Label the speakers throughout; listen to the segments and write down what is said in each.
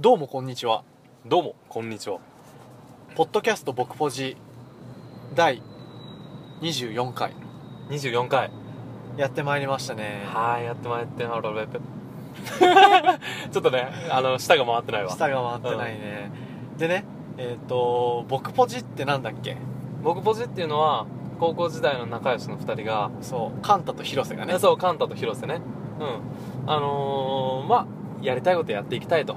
Speaker 1: どうもこんにちは。
Speaker 2: どうもこんにちは
Speaker 1: ポッドキャスト僕ポジ第24回
Speaker 2: 24回
Speaker 1: やってまいりましたね。
Speaker 2: はいやってまいってなロレペ ちょっとねあの舌が回ってないわ
Speaker 1: 下が回ってないね。でね、えっ、と、僕ポジってなんだっけ
Speaker 2: 僕ポジっていうのは高校時代の仲良しの2人が、
Speaker 1: そう、カンタと広瀬がね
Speaker 2: ね、。そうカンタと広瀬ねうんあのー、まあやりたいことやっていきたいと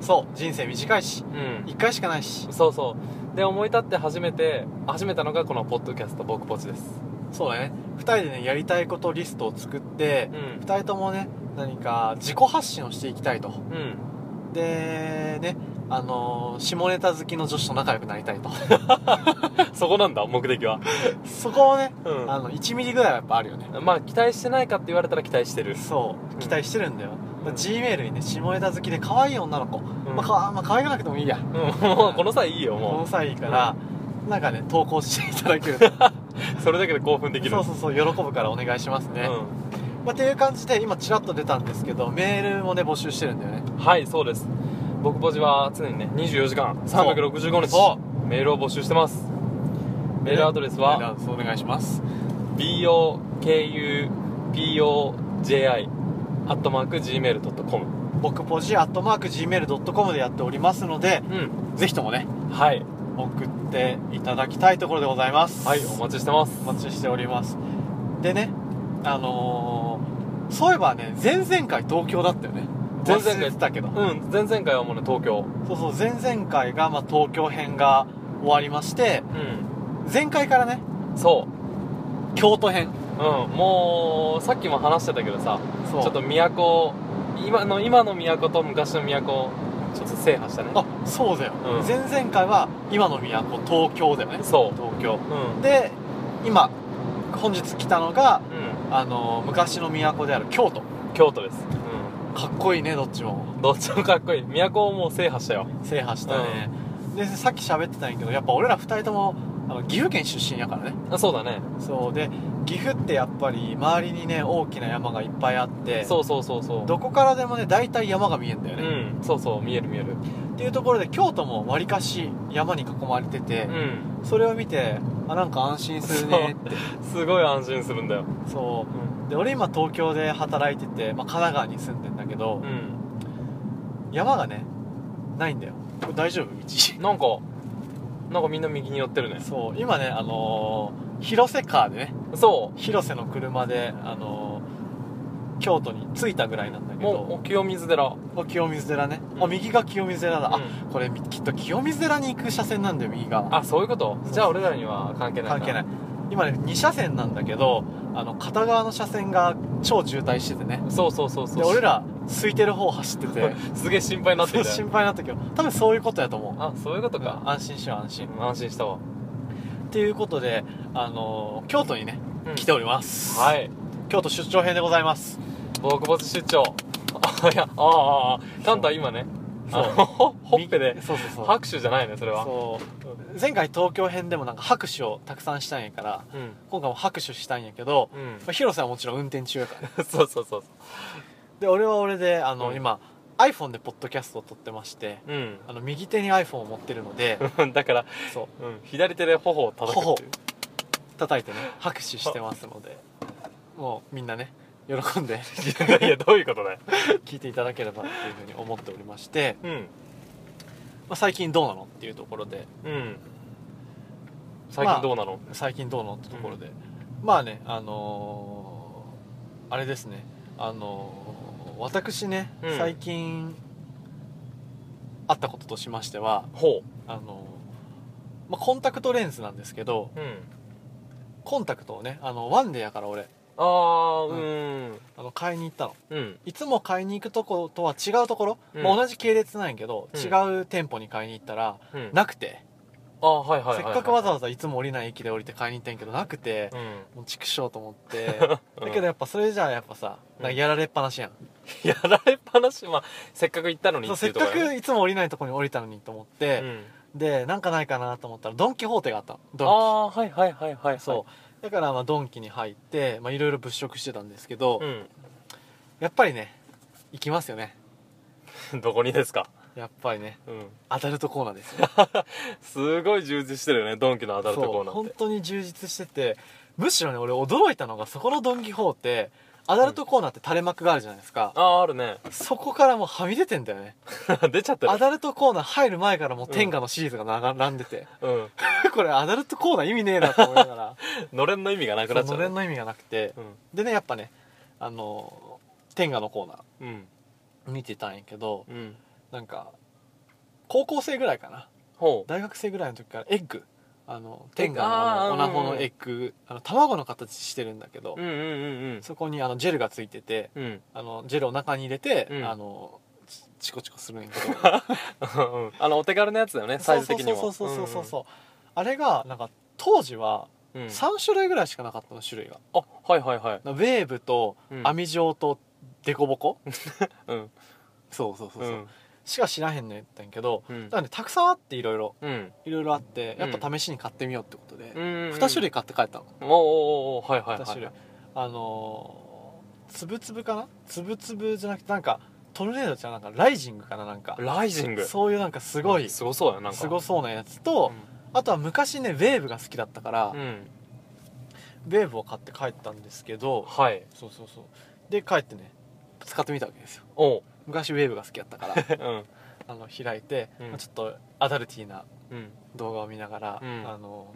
Speaker 1: そう、人生短いし、
Speaker 2: うん
Speaker 1: 1回しかないし。
Speaker 2: そうそうで思い立って初めて始めたのがこのポッドキャスト僕ポジです
Speaker 1: そうだね。2人でね、やりたいことリストを作って
Speaker 2: う、ん
Speaker 1: 2人ともね、何か自己発信をしていきたいと。
Speaker 2: うん
Speaker 1: で、ね、あのー下ネタ好きの女子と仲良くなりたいと。
Speaker 2: そこなんだ目的は
Speaker 1: そこをね、
Speaker 2: うん
Speaker 1: あの、1ミリぐらいはやっぱあるよね。
Speaker 2: まあ期待してないかって言われたら期待してる、
Speaker 1: そう期待してるんだよ、
Speaker 2: うん
Speaker 1: G メールにね下ネタ好きで可愛い女の子、
Speaker 2: うん
Speaker 1: まあ、かまあ可愛がなくてもいいや
Speaker 2: うんもうこの際いいよ
Speaker 1: この
Speaker 2: も
Speaker 1: 際いいから、なんかね投稿していただけ ると
Speaker 2: うそれだけで興奮できる
Speaker 1: そうそうそう喜ぶからお願いしますね、まあ、っていう感じで今ちらっと出たんですけどメールもね募集してるんだよね
Speaker 2: うん、はいそうです僕ポジは常にね24時間
Speaker 1: そう
Speaker 2: 365
Speaker 1: そ
Speaker 2: 日メールを募集してますメールアドレス
Speaker 1: メール
Speaker 2: は
Speaker 1: アドレスお願いします
Speaker 2: bokupoji アットマーク gmail.com
Speaker 1: 僕ポジアットマーク Gmail.com でやっておりますので
Speaker 2: うん
Speaker 1: ぜひともね
Speaker 2: はい
Speaker 1: 送っていただきたいところでございます
Speaker 2: はいお待ちしてます
Speaker 1: お待ちしておりますでねあのー、そういえばね前々回東京だったよね
Speaker 2: 前々回
Speaker 1: 忘れてたけど
Speaker 2: うん前々回はもうね東京
Speaker 1: そうそう前々回が、まあ、東京編が終わりまして
Speaker 2: うん
Speaker 1: 前回からね
Speaker 2: そう
Speaker 1: 京都編
Speaker 2: うんもうさっきも話してたけどさ
Speaker 1: そう
Speaker 2: ちょっと都今の今の都と昔の都ちょっと制覇したね
Speaker 1: あそうだよ、
Speaker 2: うん
Speaker 1: 前々回は今の都東京だよね
Speaker 2: そ
Speaker 1: 東京
Speaker 2: ううん
Speaker 1: で今本日来たのが、
Speaker 2: う
Speaker 1: あのー昔の都である京都
Speaker 2: ん京都です
Speaker 1: かっこいいねどっちも
Speaker 2: どっちもかっこいい都をもう制覇したよ
Speaker 1: 制覇したね、でさっき喋ってたんやけどやっぱ俺ら二人ともあの岐阜県出身やからね
Speaker 2: あそうだね
Speaker 1: そうで岐阜ってやっぱり周りにね大きな山がいっぱいあって
Speaker 2: そうそうそうそう
Speaker 1: どこからでもね大体山が見えんだよ
Speaker 2: う
Speaker 1: ね、
Speaker 2: んそうそう見える見える
Speaker 1: っていうところで京都もわりかし山に囲まれて
Speaker 2: う
Speaker 1: て、
Speaker 2: ん
Speaker 1: それを見てあなんか安心するねって
Speaker 2: すごい安心するんだよ
Speaker 1: そううで俺今東京で働いてて、まあ、神奈川に住んでんだけど、
Speaker 2: ん、
Speaker 1: 山がねないんだよこれ大丈夫道
Speaker 2: なんかなんかみんな右に寄ってるね
Speaker 1: そう今ねあのー広瀬カーでね
Speaker 2: そ
Speaker 1: 広瀬の車であのー京都に着いたぐらいなんだ
Speaker 2: う
Speaker 1: け
Speaker 2: もう
Speaker 1: ど
Speaker 2: お清水寺
Speaker 1: お清水寺ね、
Speaker 2: うん
Speaker 1: あ右が清水寺だ、
Speaker 2: うん
Speaker 1: あこれみきっと清水寺に行く車線なんだよ右が
Speaker 2: あそういうこと
Speaker 1: そう
Speaker 2: じゃあ俺らには関係ない
Speaker 1: 関係ないい今ね2車線なんだけどあの片側の車線が超渋滞しててね
Speaker 2: そうそうそうそう
Speaker 1: で俺ら空いてる方走って て
Speaker 2: すげえ心配になって
Speaker 1: そう
Speaker 2: きた
Speaker 1: 心
Speaker 2: よ
Speaker 1: 配になったけど多分そういうことやと思う
Speaker 2: あそういうことか、
Speaker 1: 安心しよう安心
Speaker 2: うん安心したわ、
Speaker 1: っていうことであのー京都にね
Speaker 2: うん
Speaker 1: 来ております、
Speaker 2: はい
Speaker 1: 京都出張編でございます
Speaker 2: 僕ボス出張 あいやああああカンタ今ねあのほほっぺで
Speaker 1: みそうそうそう
Speaker 2: 拍手じゃないねそれは
Speaker 1: そう前回東京編でもなんか拍手をたくさんしたんやから
Speaker 2: うん
Speaker 1: 今回も拍手したんやけど、
Speaker 2: うん
Speaker 1: まあ広瀬はもちろん運転中やからね
Speaker 2: そうそうそう
Speaker 1: で俺は俺であの、
Speaker 2: うん
Speaker 1: 今 iPhone でポッドキャストを撮ってまして
Speaker 2: うん
Speaker 1: あの右手に iPhone を持ってるので
Speaker 2: だから、
Speaker 1: そ
Speaker 2: うん、左手で頬を叩くっていう
Speaker 1: う叩いてね拍手してますのでもうみんなね喜んで
Speaker 2: い やいやどういうことだよ
Speaker 1: 聞いていただければっていうふうに思っておりまして、
Speaker 2: うん
Speaker 1: まあ、最近どうなのっていうところで
Speaker 2: うん最近どうなの、
Speaker 1: 最近どうなのってところで、まあねあのーあれですねあのー私ね、
Speaker 2: うん
Speaker 1: 最近あったこととしましては
Speaker 2: ほ
Speaker 1: あのーまあ、コンタクトレンズなんですけど
Speaker 2: ううん
Speaker 1: コンタクトをねあのワンデーやから俺
Speaker 2: ああうん
Speaker 1: あの買いに行ったの
Speaker 2: うん
Speaker 1: いつも買いに行くとことは違うところ、
Speaker 2: うん
Speaker 1: まあ、同じ系列なんやけど、
Speaker 2: うん
Speaker 1: 違う店舗に買いに行ったら
Speaker 2: うん
Speaker 1: なくて、
Speaker 2: あーはいはいはい、
Speaker 1: せっかくわざわざいつも降りない駅で降りて買いに行ったんやけどなくて、
Speaker 2: うん
Speaker 1: もう畜生と思って
Speaker 2: うん
Speaker 1: だけどやっぱそれじゃあやっぱさ、
Speaker 2: うん
Speaker 1: なんかやられっぱなしやん、
Speaker 2: やられっぱなしまあせっかく行ったのに
Speaker 1: そう
Speaker 2: っ
Speaker 1: せ
Speaker 2: て
Speaker 1: っ
Speaker 2: いうとこ
Speaker 1: か
Speaker 2: ろだね
Speaker 1: くいつも降りないとこに降りたのにと思って、
Speaker 2: うん
Speaker 1: でなんかないかなと思ったらドン・キホーテがあったの
Speaker 2: あ
Speaker 1: ドン
Speaker 2: あはいはいはいはいはい
Speaker 1: キそうだからまあドンキに入ってまあいろいろ物色してたんですけど、
Speaker 2: う
Speaker 1: やっぱりね行きますよね
Speaker 2: ん どこにですか
Speaker 1: ややっぱりね
Speaker 2: うん
Speaker 1: アダルトコーナーですよ
Speaker 2: すごい充実してるよねドンキのアダルトコ
Speaker 1: そう
Speaker 2: ーナーっ
Speaker 1: 本
Speaker 2: て
Speaker 1: 当に充実しててむしろね俺驚いたのがそこのドン・キホーテアダルトコーナーって垂れ幕があるじゃないですか、
Speaker 2: あああるね
Speaker 1: そこからもうはみ出てんだよね
Speaker 2: 出ちゃってる
Speaker 1: アダルトコーナー入る前からもう天下のシリーズがなが並んでて
Speaker 2: うん
Speaker 1: これアダルトコーナー意味ねえなと思いながら
Speaker 2: のれんの意味がなく
Speaker 1: そ
Speaker 2: な
Speaker 1: の
Speaker 2: っちゃう
Speaker 1: の
Speaker 2: ね
Speaker 1: れんの意味がなくてでねやっぱねあの天下のコーナ
Speaker 2: うんうん
Speaker 1: ー見てたんやけど
Speaker 2: うん
Speaker 1: なんか高校生ぐらいかな
Speaker 2: ほう
Speaker 1: 大学生ぐらいの時からエッグあの天下
Speaker 2: あー
Speaker 1: のオナホ
Speaker 2: うん
Speaker 1: の
Speaker 2: うん
Speaker 1: エッグあの卵の形してるんだけど、
Speaker 2: うんうんうん
Speaker 1: そこにあのジェルがついてて
Speaker 2: うん うん
Speaker 1: あのジェルを中に入れて、
Speaker 2: うん
Speaker 1: あのチチコチコするんやけど
Speaker 2: うんあのお手軽なやつだよねサイズ的にも
Speaker 1: そうそうそうそうそう、あれがなんか当時は
Speaker 2: うんうん
Speaker 1: 3種類ぐらいしかなかったの種類が
Speaker 2: あはいはいはい
Speaker 1: ウェーブと
Speaker 2: うん
Speaker 1: 網状とデコボコ、
Speaker 2: うん
Speaker 1: そうそうそう
Speaker 2: う
Speaker 1: そう、
Speaker 2: ん
Speaker 1: しか知らへんのやったんやけど
Speaker 2: うん
Speaker 1: だからねたくさんあっていろいろ
Speaker 2: うん
Speaker 1: いろいろあってやっぱ試しに買ってみようってことで、
Speaker 2: 2
Speaker 1: 2種類買って帰ったの
Speaker 2: おーおーおーはいはい
Speaker 1: 2種類、
Speaker 2: はい
Speaker 1: あのー、つぶつぶかなつぶつぶじゃなくてなんかトルネードじゃなんかライジングかななんか
Speaker 2: ライジング
Speaker 1: そういうなんかすごい、
Speaker 2: すごそうやなんか
Speaker 1: すごそうなやつと、あとは昔ねウェーブが好きだったから、
Speaker 2: うんうん
Speaker 1: ウェーブを買って帰ったんですけど
Speaker 2: はい
Speaker 1: そうそうそうで帰ってね使ってみたわけですよ
Speaker 2: おう
Speaker 1: 昔ウェーブが好きだったから
Speaker 2: うん
Speaker 1: あの開いて、
Speaker 2: うん
Speaker 1: まあちょっとアダルティーな
Speaker 2: うん
Speaker 1: 動画を見ながら、
Speaker 2: うん
Speaker 1: あの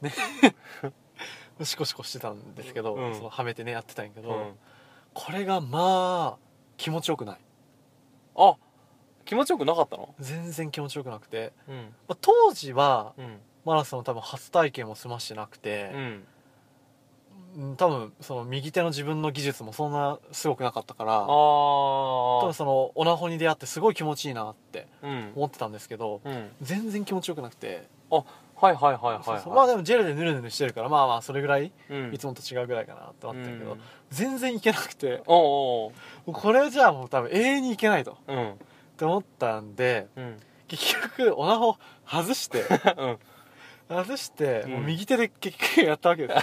Speaker 1: ね シコシコしてたんですけど、
Speaker 2: うん
Speaker 1: そのはめてねやってたんやけど、
Speaker 2: うん
Speaker 1: これがまあ気持ちよくない
Speaker 2: あ気持ちよくなかったの
Speaker 1: 全然気持ちよくなくて、
Speaker 2: うん
Speaker 1: まあ、当時は
Speaker 2: うん
Speaker 1: マラソンの多分初体験も済ましてなく
Speaker 2: う
Speaker 1: て、
Speaker 2: ん
Speaker 1: うん多分その右手の自分の技術もそんなすごくなかったから
Speaker 2: あ
Speaker 1: 多
Speaker 2: あ
Speaker 1: 分そのオナホに出会ってすごい気持ちいいなって
Speaker 2: うん
Speaker 1: 思ってたんですけど
Speaker 2: うん
Speaker 1: 全然気持ちよくなくて、
Speaker 2: はいはいはいはい
Speaker 1: そう
Speaker 2: は
Speaker 1: そ
Speaker 2: いう
Speaker 1: まあでもジェルでヌルヌルしてるからまあまあそれぐらい、
Speaker 2: うん
Speaker 1: いつもと違うぐらいかなってなったんやけど、
Speaker 2: うん
Speaker 1: 全然いけなくて
Speaker 2: おうおう
Speaker 1: もうこれじゃあもう多分永遠にいけないとっ
Speaker 2: うん
Speaker 1: て思ったんで
Speaker 2: うん
Speaker 1: 結局オナホ外して
Speaker 2: うん
Speaker 1: 外して、
Speaker 2: うん
Speaker 1: もう右手で結局やったわけで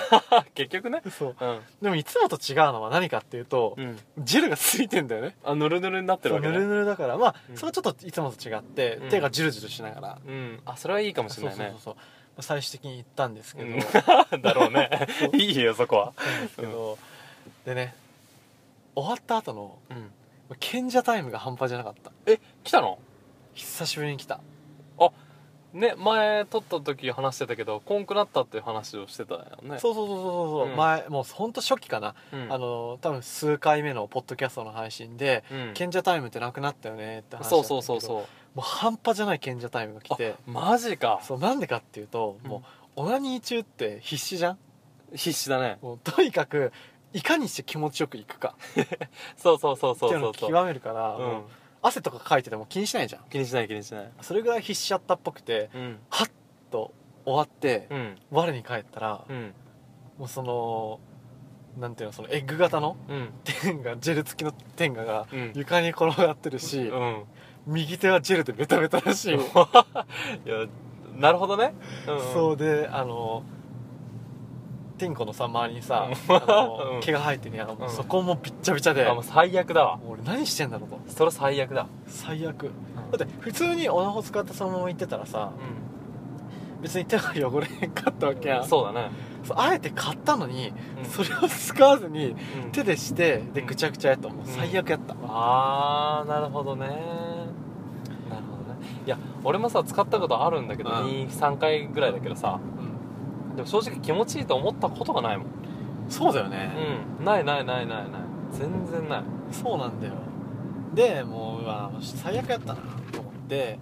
Speaker 2: 結局ね
Speaker 1: す そう
Speaker 2: うん
Speaker 1: でもいつもと違うのは何かっていうと、
Speaker 2: うん
Speaker 1: ジェルがついてんだよね
Speaker 2: あぬるぬるになって
Speaker 1: そ
Speaker 2: る
Speaker 1: うぬ
Speaker 2: わけね
Speaker 1: るぬるだからまあ、
Speaker 2: うん
Speaker 1: それはちょっといつもと違って、
Speaker 2: うん
Speaker 1: 手がジュルジュルしながら、
Speaker 2: うんあそれはいいかもし
Speaker 1: そ
Speaker 2: れ
Speaker 1: う
Speaker 2: な
Speaker 1: そ
Speaker 2: いうね
Speaker 1: そうそうまあ最終的に行ったんですけど、
Speaker 2: うん
Speaker 1: 行ったんで
Speaker 2: だろうねいいよそこは
Speaker 1: すけど、でね終わった後の
Speaker 2: うん
Speaker 1: 賢者タイムが半端じゃなかった
Speaker 2: え来たの
Speaker 1: 久しぶりに来た
Speaker 2: ね前撮った時話してたけどこんくなったっていう話をしてたよね
Speaker 1: そうそうそうそうそう、
Speaker 2: うん
Speaker 1: 前もうほんと初期かな、
Speaker 2: うん
Speaker 1: あの多分数回目のポッドキャストの配信で
Speaker 2: う
Speaker 1: 「
Speaker 2: ん
Speaker 1: 賢者タイムってなくなったよね」って話だったんだ
Speaker 2: そう
Speaker 1: け
Speaker 2: そ
Speaker 1: ど
Speaker 2: うそうそう
Speaker 1: もう半端じゃない賢者タイムが来て
Speaker 2: あマジか
Speaker 1: そうなんでかっていうと、
Speaker 2: うん
Speaker 1: もうオナニー中って必死じゃん
Speaker 2: 必死だね
Speaker 1: もうとにかくいかにして気持ちよくいくか
Speaker 2: そうそうそう
Speaker 1: っ
Speaker 2: そ
Speaker 1: ていううの
Speaker 2: そ
Speaker 1: を
Speaker 2: うそ
Speaker 1: 極
Speaker 2: う
Speaker 1: めるから、
Speaker 2: う
Speaker 1: も
Speaker 2: ん
Speaker 1: う汗とかかいてても気にしないじゃん
Speaker 2: 気にしない気にしない
Speaker 1: それぐらい必死やったっぽくて
Speaker 2: うん
Speaker 1: ハッと終わって、
Speaker 2: うん
Speaker 1: 我に返ったら、
Speaker 2: うん
Speaker 1: もうそのなんていうのそのエッグ型の
Speaker 2: うん
Speaker 1: 天がジェル付きの天下が
Speaker 2: うん
Speaker 1: 床に転がってるし、
Speaker 2: うん
Speaker 1: 右手はジェルでベタベタら しい、
Speaker 2: いやなるほどねうん
Speaker 1: そうであの天下のさ周りにさ、
Speaker 2: うん
Speaker 1: あの
Speaker 2: うん
Speaker 1: 毛が生えてるやん、もううんそこもびっちゃびちゃで、
Speaker 2: あもう最悪だわ
Speaker 1: もう俺何してんだろうと
Speaker 2: それ最悪だ
Speaker 1: 最悪だって普通にオナホ使ってそのまま行ってたらさ
Speaker 2: う
Speaker 1: 別に手が汚れへんかったわけやん
Speaker 2: んそうだね
Speaker 1: そうあえて買ったのに、
Speaker 2: うん
Speaker 1: それを使わずに
Speaker 2: うん
Speaker 1: 手でしてで
Speaker 2: うん
Speaker 1: ぐちゃぐちゃやったもう
Speaker 2: うん
Speaker 1: 最悪やった、
Speaker 2: あーなるほどねなるほどねいや俺もさ使ったことあるんだけど、
Speaker 1: うん
Speaker 2: 23回ぐらいだけどさでも正直気持ちいいと思ったことがないもん
Speaker 1: そうだよね、
Speaker 2: うんないないないないない全然ない
Speaker 1: そうなんだよでもううわ最悪やったなと思って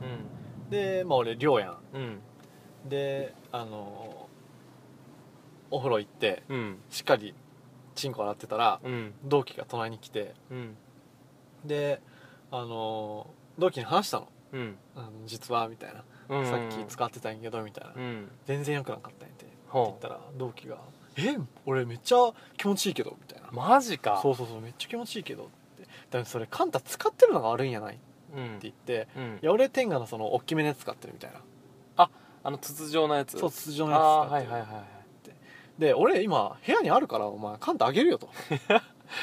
Speaker 1: でまあ俺寮や
Speaker 2: うんうん
Speaker 1: んであのお風呂行って
Speaker 2: うん
Speaker 1: しっかりチンコ洗ってたら
Speaker 2: うん
Speaker 1: 同期が隣に来て
Speaker 2: うん
Speaker 1: であの同期に話したの
Speaker 2: うん
Speaker 1: 「あの実は」みたいな、
Speaker 2: うん
Speaker 1: さっき使ってたんやけど」みたいな、
Speaker 2: うん
Speaker 1: 全然良くなかったんやて」って言っ
Speaker 2: ほ
Speaker 1: たら同期が「え俺めっちゃ気持ちいいけど」みたいな
Speaker 2: うマジか
Speaker 1: そうそうそうめっちゃ気持ちいいけど」って「だってそれカンタ使ってるのが悪いんやない?」って
Speaker 2: うん、
Speaker 1: 言って
Speaker 2: うん
Speaker 1: い、や俺天下のその大きめのやつ使ってるみたいな
Speaker 2: あの筒状のやつ
Speaker 1: そう筒状のやつ
Speaker 2: ああー
Speaker 1: 使っ
Speaker 2: は
Speaker 1: て
Speaker 2: い
Speaker 1: る
Speaker 2: はいはいはい
Speaker 1: で俺今部屋にあるからお前カンタあげるよと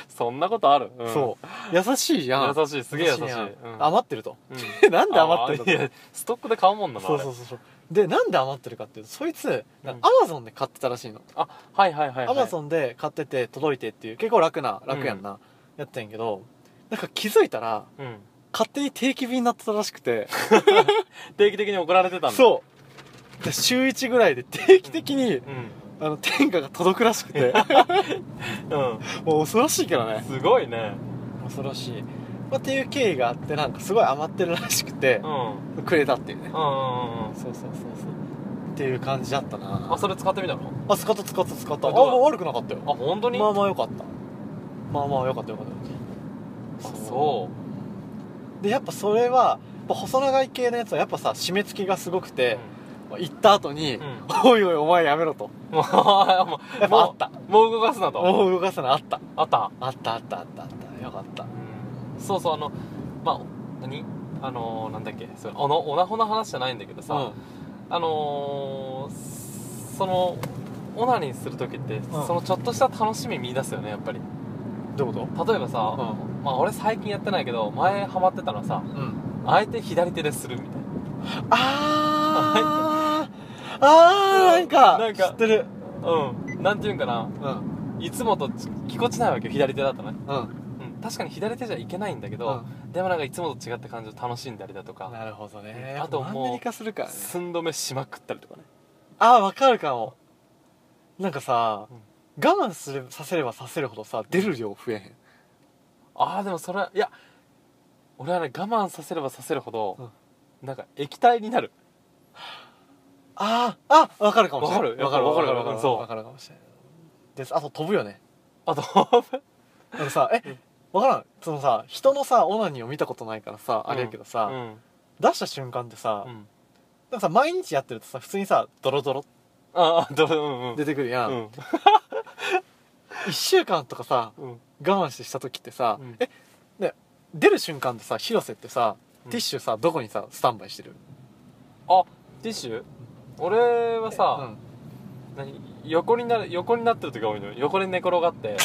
Speaker 2: そんなことある、うん
Speaker 1: そう優しいじゃん
Speaker 2: 優しいすげえ優しい
Speaker 1: やん
Speaker 2: うん
Speaker 1: 余ってると
Speaker 2: うん
Speaker 1: なんで余って
Speaker 2: ああ
Speaker 1: る
Speaker 2: いやストックで買うもん
Speaker 1: の
Speaker 2: なな
Speaker 1: そうそうそうそうでなんで余ってるかっていうとそいつア
Speaker 2: うん
Speaker 1: マゾンで買ってたらしいの
Speaker 2: あれあはいはいはい
Speaker 1: アマ
Speaker 2: ン
Speaker 1: ゾンで買ってて届いてっていう結構楽な楽やんな、やったんやけどなんか気づいたら
Speaker 2: うん
Speaker 1: 勝手に定期便になってたらしくて
Speaker 2: 定期的に送られてたんだ
Speaker 1: そうで週1ぐらいで定期的に、
Speaker 2: うん
Speaker 1: あの天下が届くらしく て
Speaker 2: うん
Speaker 1: もう恐ろしいからね
Speaker 2: すごいね
Speaker 1: 恐ろしい、まあ、っていう経緯があってなんかすごい余ってるらしくて
Speaker 2: う、ん
Speaker 1: くれたっていうね
Speaker 2: うんうんうんうん
Speaker 1: そうそうそうそうっていう感じだったな
Speaker 2: あそれ使ってみたの
Speaker 1: あ使った使った使ったあ
Speaker 2: あどうだ
Speaker 1: 悪くなかったよ
Speaker 2: あ本当に
Speaker 1: まあ
Speaker 2: あ
Speaker 1: まあよかったまあまあよかったよかった
Speaker 2: そう
Speaker 1: でやっぱそれはやっぱ細長い系のやつはやっぱさ締め付けがすごく
Speaker 2: う
Speaker 1: て、行った後に、
Speaker 2: うん
Speaker 1: おいおいお前やめろと
Speaker 2: もうも
Speaker 1: やっ
Speaker 2: う
Speaker 1: ぱあ
Speaker 2: も
Speaker 1: った
Speaker 2: うもう動かすなと
Speaker 1: もう動かすのあった
Speaker 2: あった
Speaker 1: あったあったあったあったよかった
Speaker 2: うんそうそうあのまあ何あのーなんだっけそれおのオナホな話じゃないんだけどさ、あのー、そのオナニーする時って、そのちょっとした楽しみ見出すよねやっぱり
Speaker 1: うんどういうこ
Speaker 2: 例えばさ、
Speaker 1: と
Speaker 2: まあ俺最近やってないけど前ハマってたのはさ
Speaker 1: うん、うん、
Speaker 2: 相手左手でするみたい
Speaker 1: あーあーなんか
Speaker 2: なんか
Speaker 1: 知ってる
Speaker 2: なうんなんていうんかな
Speaker 1: うん
Speaker 2: いつもとちぎこちないわけよ左手だとね、
Speaker 1: うん
Speaker 2: うん、確かに左手じゃいけないんだけど、でもなんかいつもと違った感じを楽しんだりだとか、
Speaker 1: なるほどね
Speaker 2: あともう
Speaker 1: マンネリ化するからね
Speaker 2: 寸止めしまくったりとかね
Speaker 1: あーわかるかもなんかさ、
Speaker 2: うん
Speaker 1: 我慢すれさせればさせるほどさ出る量増えへん
Speaker 2: ああでもそれはいや俺はね我慢させればさせるほど、なんか液体になる
Speaker 1: あああわかるかもしれない
Speaker 2: わかる
Speaker 1: わかる
Speaker 2: やっ
Speaker 1: わか
Speaker 2: ぱわかる
Speaker 1: る
Speaker 2: そう
Speaker 1: わかるかもしれないですあと飛ぶよね
Speaker 2: あと
Speaker 1: あのさえわからんそのさ人のさオナニーを見たことないからさ、
Speaker 2: うん
Speaker 1: あれやけど
Speaker 2: う
Speaker 1: さ、
Speaker 2: ん
Speaker 1: 出した瞬間ってさ、
Speaker 2: う
Speaker 1: なん
Speaker 2: ん
Speaker 1: かさ毎日やってるとさ普通にさドロドロって
Speaker 2: ああどれうんうん
Speaker 1: 出てくるやん、
Speaker 2: うん
Speaker 1: 1週間とかさ
Speaker 2: うん
Speaker 1: 我慢してした時ってさ、
Speaker 2: うん
Speaker 1: えね出る瞬間ってさ広瀬ってさ
Speaker 2: うん
Speaker 1: ティッシュさどこにさスタンバイしてる
Speaker 2: あティッシュ俺はさ、何横になる横になってる時が多いのよ横に寝転がって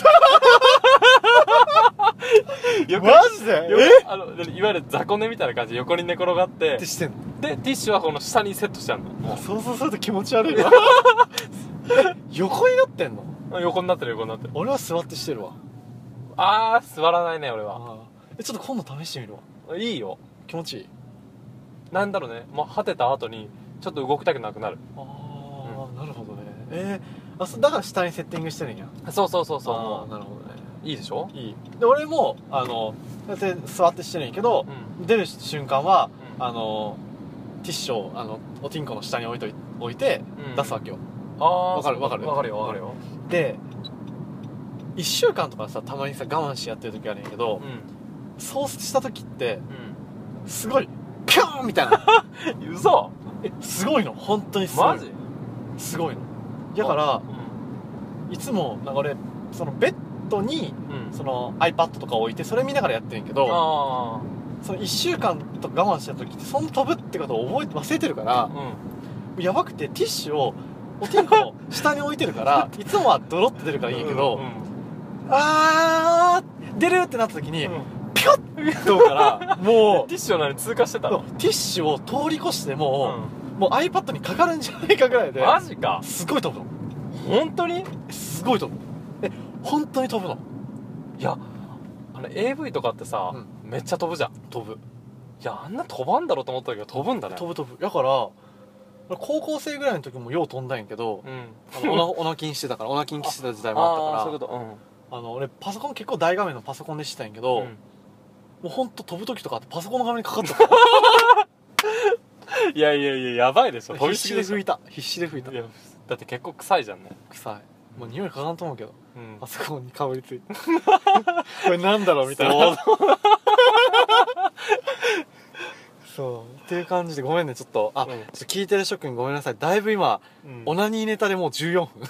Speaker 1: うん、
Speaker 2: 横
Speaker 1: マジで
Speaker 2: 横
Speaker 1: え
Speaker 2: あの何いわゆる雑魚寝みたいな感じで横に寝転がって
Speaker 1: ってしてん
Speaker 2: でティッシュはこの下にセットしちゃう
Speaker 1: の
Speaker 2: の
Speaker 1: 想像すると気持ち悪いわえ横になってんの
Speaker 2: 横になってる横になってる
Speaker 1: 俺は座ってしてるわ
Speaker 2: ああ座らないね俺は
Speaker 1: あえちょっと今度試してみるわ
Speaker 2: いいよ
Speaker 1: 気持ちいい
Speaker 2: なんだろうねもう果てた後にちょっと動きたくなくなる
Speaker 1: ああ、なるほどねえー、あそだから下にセッティングしてるんや
Speaker 2: そうそうそうそう
Speaker 1: あ
Speaker 2: も
Speaker 1: ーなるほどね
Speaker 2: ういいでしょ
Speaker 1: いいで俺もあのだって座ってしてるんやけど
Speaker 2: う、ん
Speaker 1: 出る瞬間は
Speaker 2: あ
Speaker 1: あのティッシュをあのおてんこの下に置いとい置いて
Speaker 2: うん
Speaker 1: 出すわけよ、
Speaker 2: あわ
Speaker 1: わかるわかる
Speaker 2: わかるよわかるよ
Speaker 1: で1週間とかさたまにさ我慢してやってる時あるんやけど、
Speaker 2: うん
Speaker 1: そうした時って
Speaker 2: うん
Speaker 1: すごいピョーンみたいな
Speaker 2: 嘘
Speaker 1: えすごいの本当にすごい
Speaker 2: マジ
Speaker 1: すごいのだから
Speaker 2: う
Speaker 1: いつもなんか俺そのベッドに
Speaker 2: んうん
Speaker 1: その iPad とか置いてそれ見ながらやってるんやけど
Speaker 2: あ
Speaker 1: その1週間とか我慢してた時ってその飛ぶってことを覚えて忘れてるから
Speaker 2: あうん
Speaker 1: やばくてティッシュをおてんこの下に置いてるから いつもはドロって出るからいいんやけど、
Speaker 2: うん
Speaker 1: あー出るってなった時に、
Speaker 2: うん
Speaker 1: ピョッと からも
Speaker 2: ティッシュの何通過してたの
Speaker 1: うティッシュを通り越して
Speaker 2: う
Speaker 1: もう,、もう iPad にかかるんじゃないかぐらいで
Speaker 2: マジか
Speaker 1: すごい飛ぶの
Speaker 2: 本当に
Speaker 1: えすごい飛ぶえ本当に飛ぶの
Speaker 2: いやあの AV とかってさ
Speaker 1: うん
Speaker 2: めっちゃ飛ぶじゃん
Speaker 1: 飛ぶ
Speaker 2: いやあんな飛ばんだろうと思ったけど飛ぶんだね
Speaker 1: 飛ぶ飛ぶだから高校生ぐらいの時もよう飛んだんやけど
Speaker 2: う
Speaker 1: あ
Speaker 2: ん
Speaker 1: のオナオナ禁してたからオナ禁してた時代もあ
Speaker 2: ああ
Speaker 1: っ
Speaker 2: そうい
Speaker 1: た
Speaker 2: う
Speaker 1: か
Speaker 2: ことうん
Speaker 1: らあの俺パソコン結構大画面のパソコンでしてたんやけど、
Speaker 2: うん
Speaker 1: もうほんと飛ぶ時とかあってパソコンの画面にかかった から
Speaker 2: いやいやいややばいでしょ飛び
Speaker 1: 必
Speaker 2: すぎ
Speaker 1: 死で
Speaker 2: でしょ
Speaker 1: 拭いた必死で拭いた
Speaker 2: いやだって結構臭いじゃんね
Speaker 1: 臭いもう匂いかかんと思うけど
Speaker 2: うん
Speaker 1: パソコンにかぶりついてこれなんだろうみたい
Speaker 2: そう
Speaker 1: な そうっていう感じでごめんねちょっとあ、
Speaker 2: うん
Speaker 1: ちょっと聞いてる諸君ごめんなさいだいぶ今
Speaker 2: うん
Speaker 1: オナニーネタでもう14分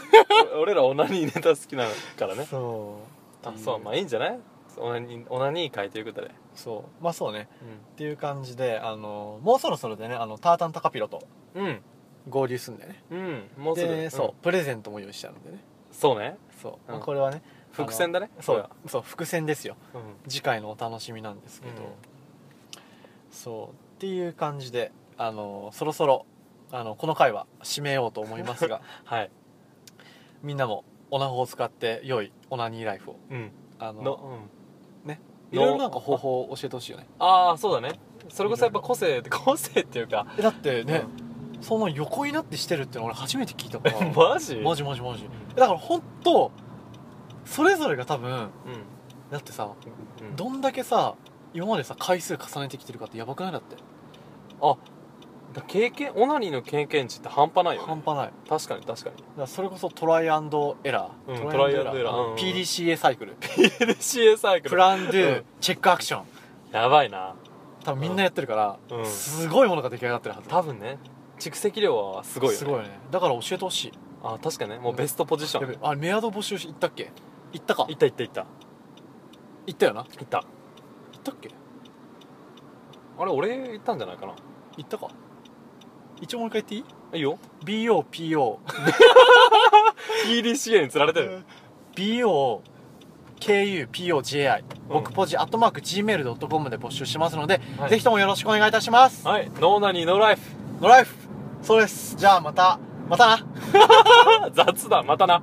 Speaker 2: 俺らオナニーネタ好きなからね
Speaker 1: そう
Speaker 2: あそうまあいいんじゃないオナニーオナニー会ということで
Speaker 1: そうまあそうねっていう感じであのもうそろそろでねあのタータンタカピロと
Speaker 2: うんうん
Speaker 1: 合流すんだよね
Speaker 2: うんもうすぐ
Speaker 1: で、
Speaker 2: ん
Speaker 1: そうプレゼントも用意してあるんでね
Speaker 2: そうね
Speaker 1: そう、まあ
Speaker 2: うん
Speaker 1: これはね
Speaker 2: 伏線だね
Speaker 1: そ
Speaker 2: こ
Speaker 1: うそう伏線ですよ
Speaker 2: れは
Speaker 1: 次回のお楽しみなんですけど、
Speaker 2: うん
Speaker 1: そうっていう感じであのそろそろあのこの回は締めようと思います が
Speaker 2: はい
Speaker 1: みんなもオナホを使って良いオナニーライフを
Speaker 2: うん
Speaker 1: あの
Speaker 2: のうん
Speaker 1: ねい
Speaker 2: の
Speaker 1: ろいろなんか方法を教えてほしいよね
Speaker 2: ああそうだねそれこそやっぱ個性個性っていうか
Speaker 1: えだってね、その横になってしてるっての俺初めて聞いたか
Speaker 2: う
Speaker 1: ら
Speaker 2: ん マジ
Speaker 1: マジマジマジえだから本当それぞれが多分
Speaker 2: う
Speaker 1: だってさ
Speaker 2: んうん
Speaker 1: どんだけさ今までさ回数重ねてきてるかってやばくないだって
Speaker 2: あだ経験オナニーの経験値って半端ないよ、ね、
Speaker 1: 半端ない
Speaker 2: 確かに確かに
Speaker 1: だからそれこそトライアンドエラー、
Speaker 2: うんトライアンドエラーうんうん
Speaker 1: PDCA サイ クル
Speaker 2: LCA サイク
Speaker 1: プ
Speaker 2: ル
Speaker 1: ランドゥ、
Speaker 2: うん
Speaker 1: チェックアクション
Speaker 2: やばいな
Speaker 1: 多分みんなやってるから、
Speaker 2: うん
Speaker 1: すごいものが出来上がってるはず
Speaker 2: 多分ね蓄積量はすごいよ、ね、
Speaker 1: すごいよねだから教えてほしい
Speaker 2: あ確かにねもうベストポジショ
Speaker 1: や
Speaker 2: ン
Speaker 1: べあれメアド募集し行ったっけ行ったか
Speaker 2: いったいったいった
Speaker 1: 行ったよない
Speaker 2: った
Speaker 1: 行ったっけ
Speaker 2: あれ俺言ったんじゃないかな
Speaker 1: 行ったか一応もう一回言っていい
Speaker 2: い いよ
Speaker 1: BOPO
Speaker 2: PDCA に釣られ てる
Speaker 1: BOKUPOJI 僕ポジアットマーク Gmail.com で募集しますので、
Speaker 2: はい
Speaker 1: ぜひともよろしくお願いいたします、
Speaker 2: はいノーナニーノーライフ
Speaker 1: のライフそうですじゃあまたまたな
Speaker 2: 雑だまたな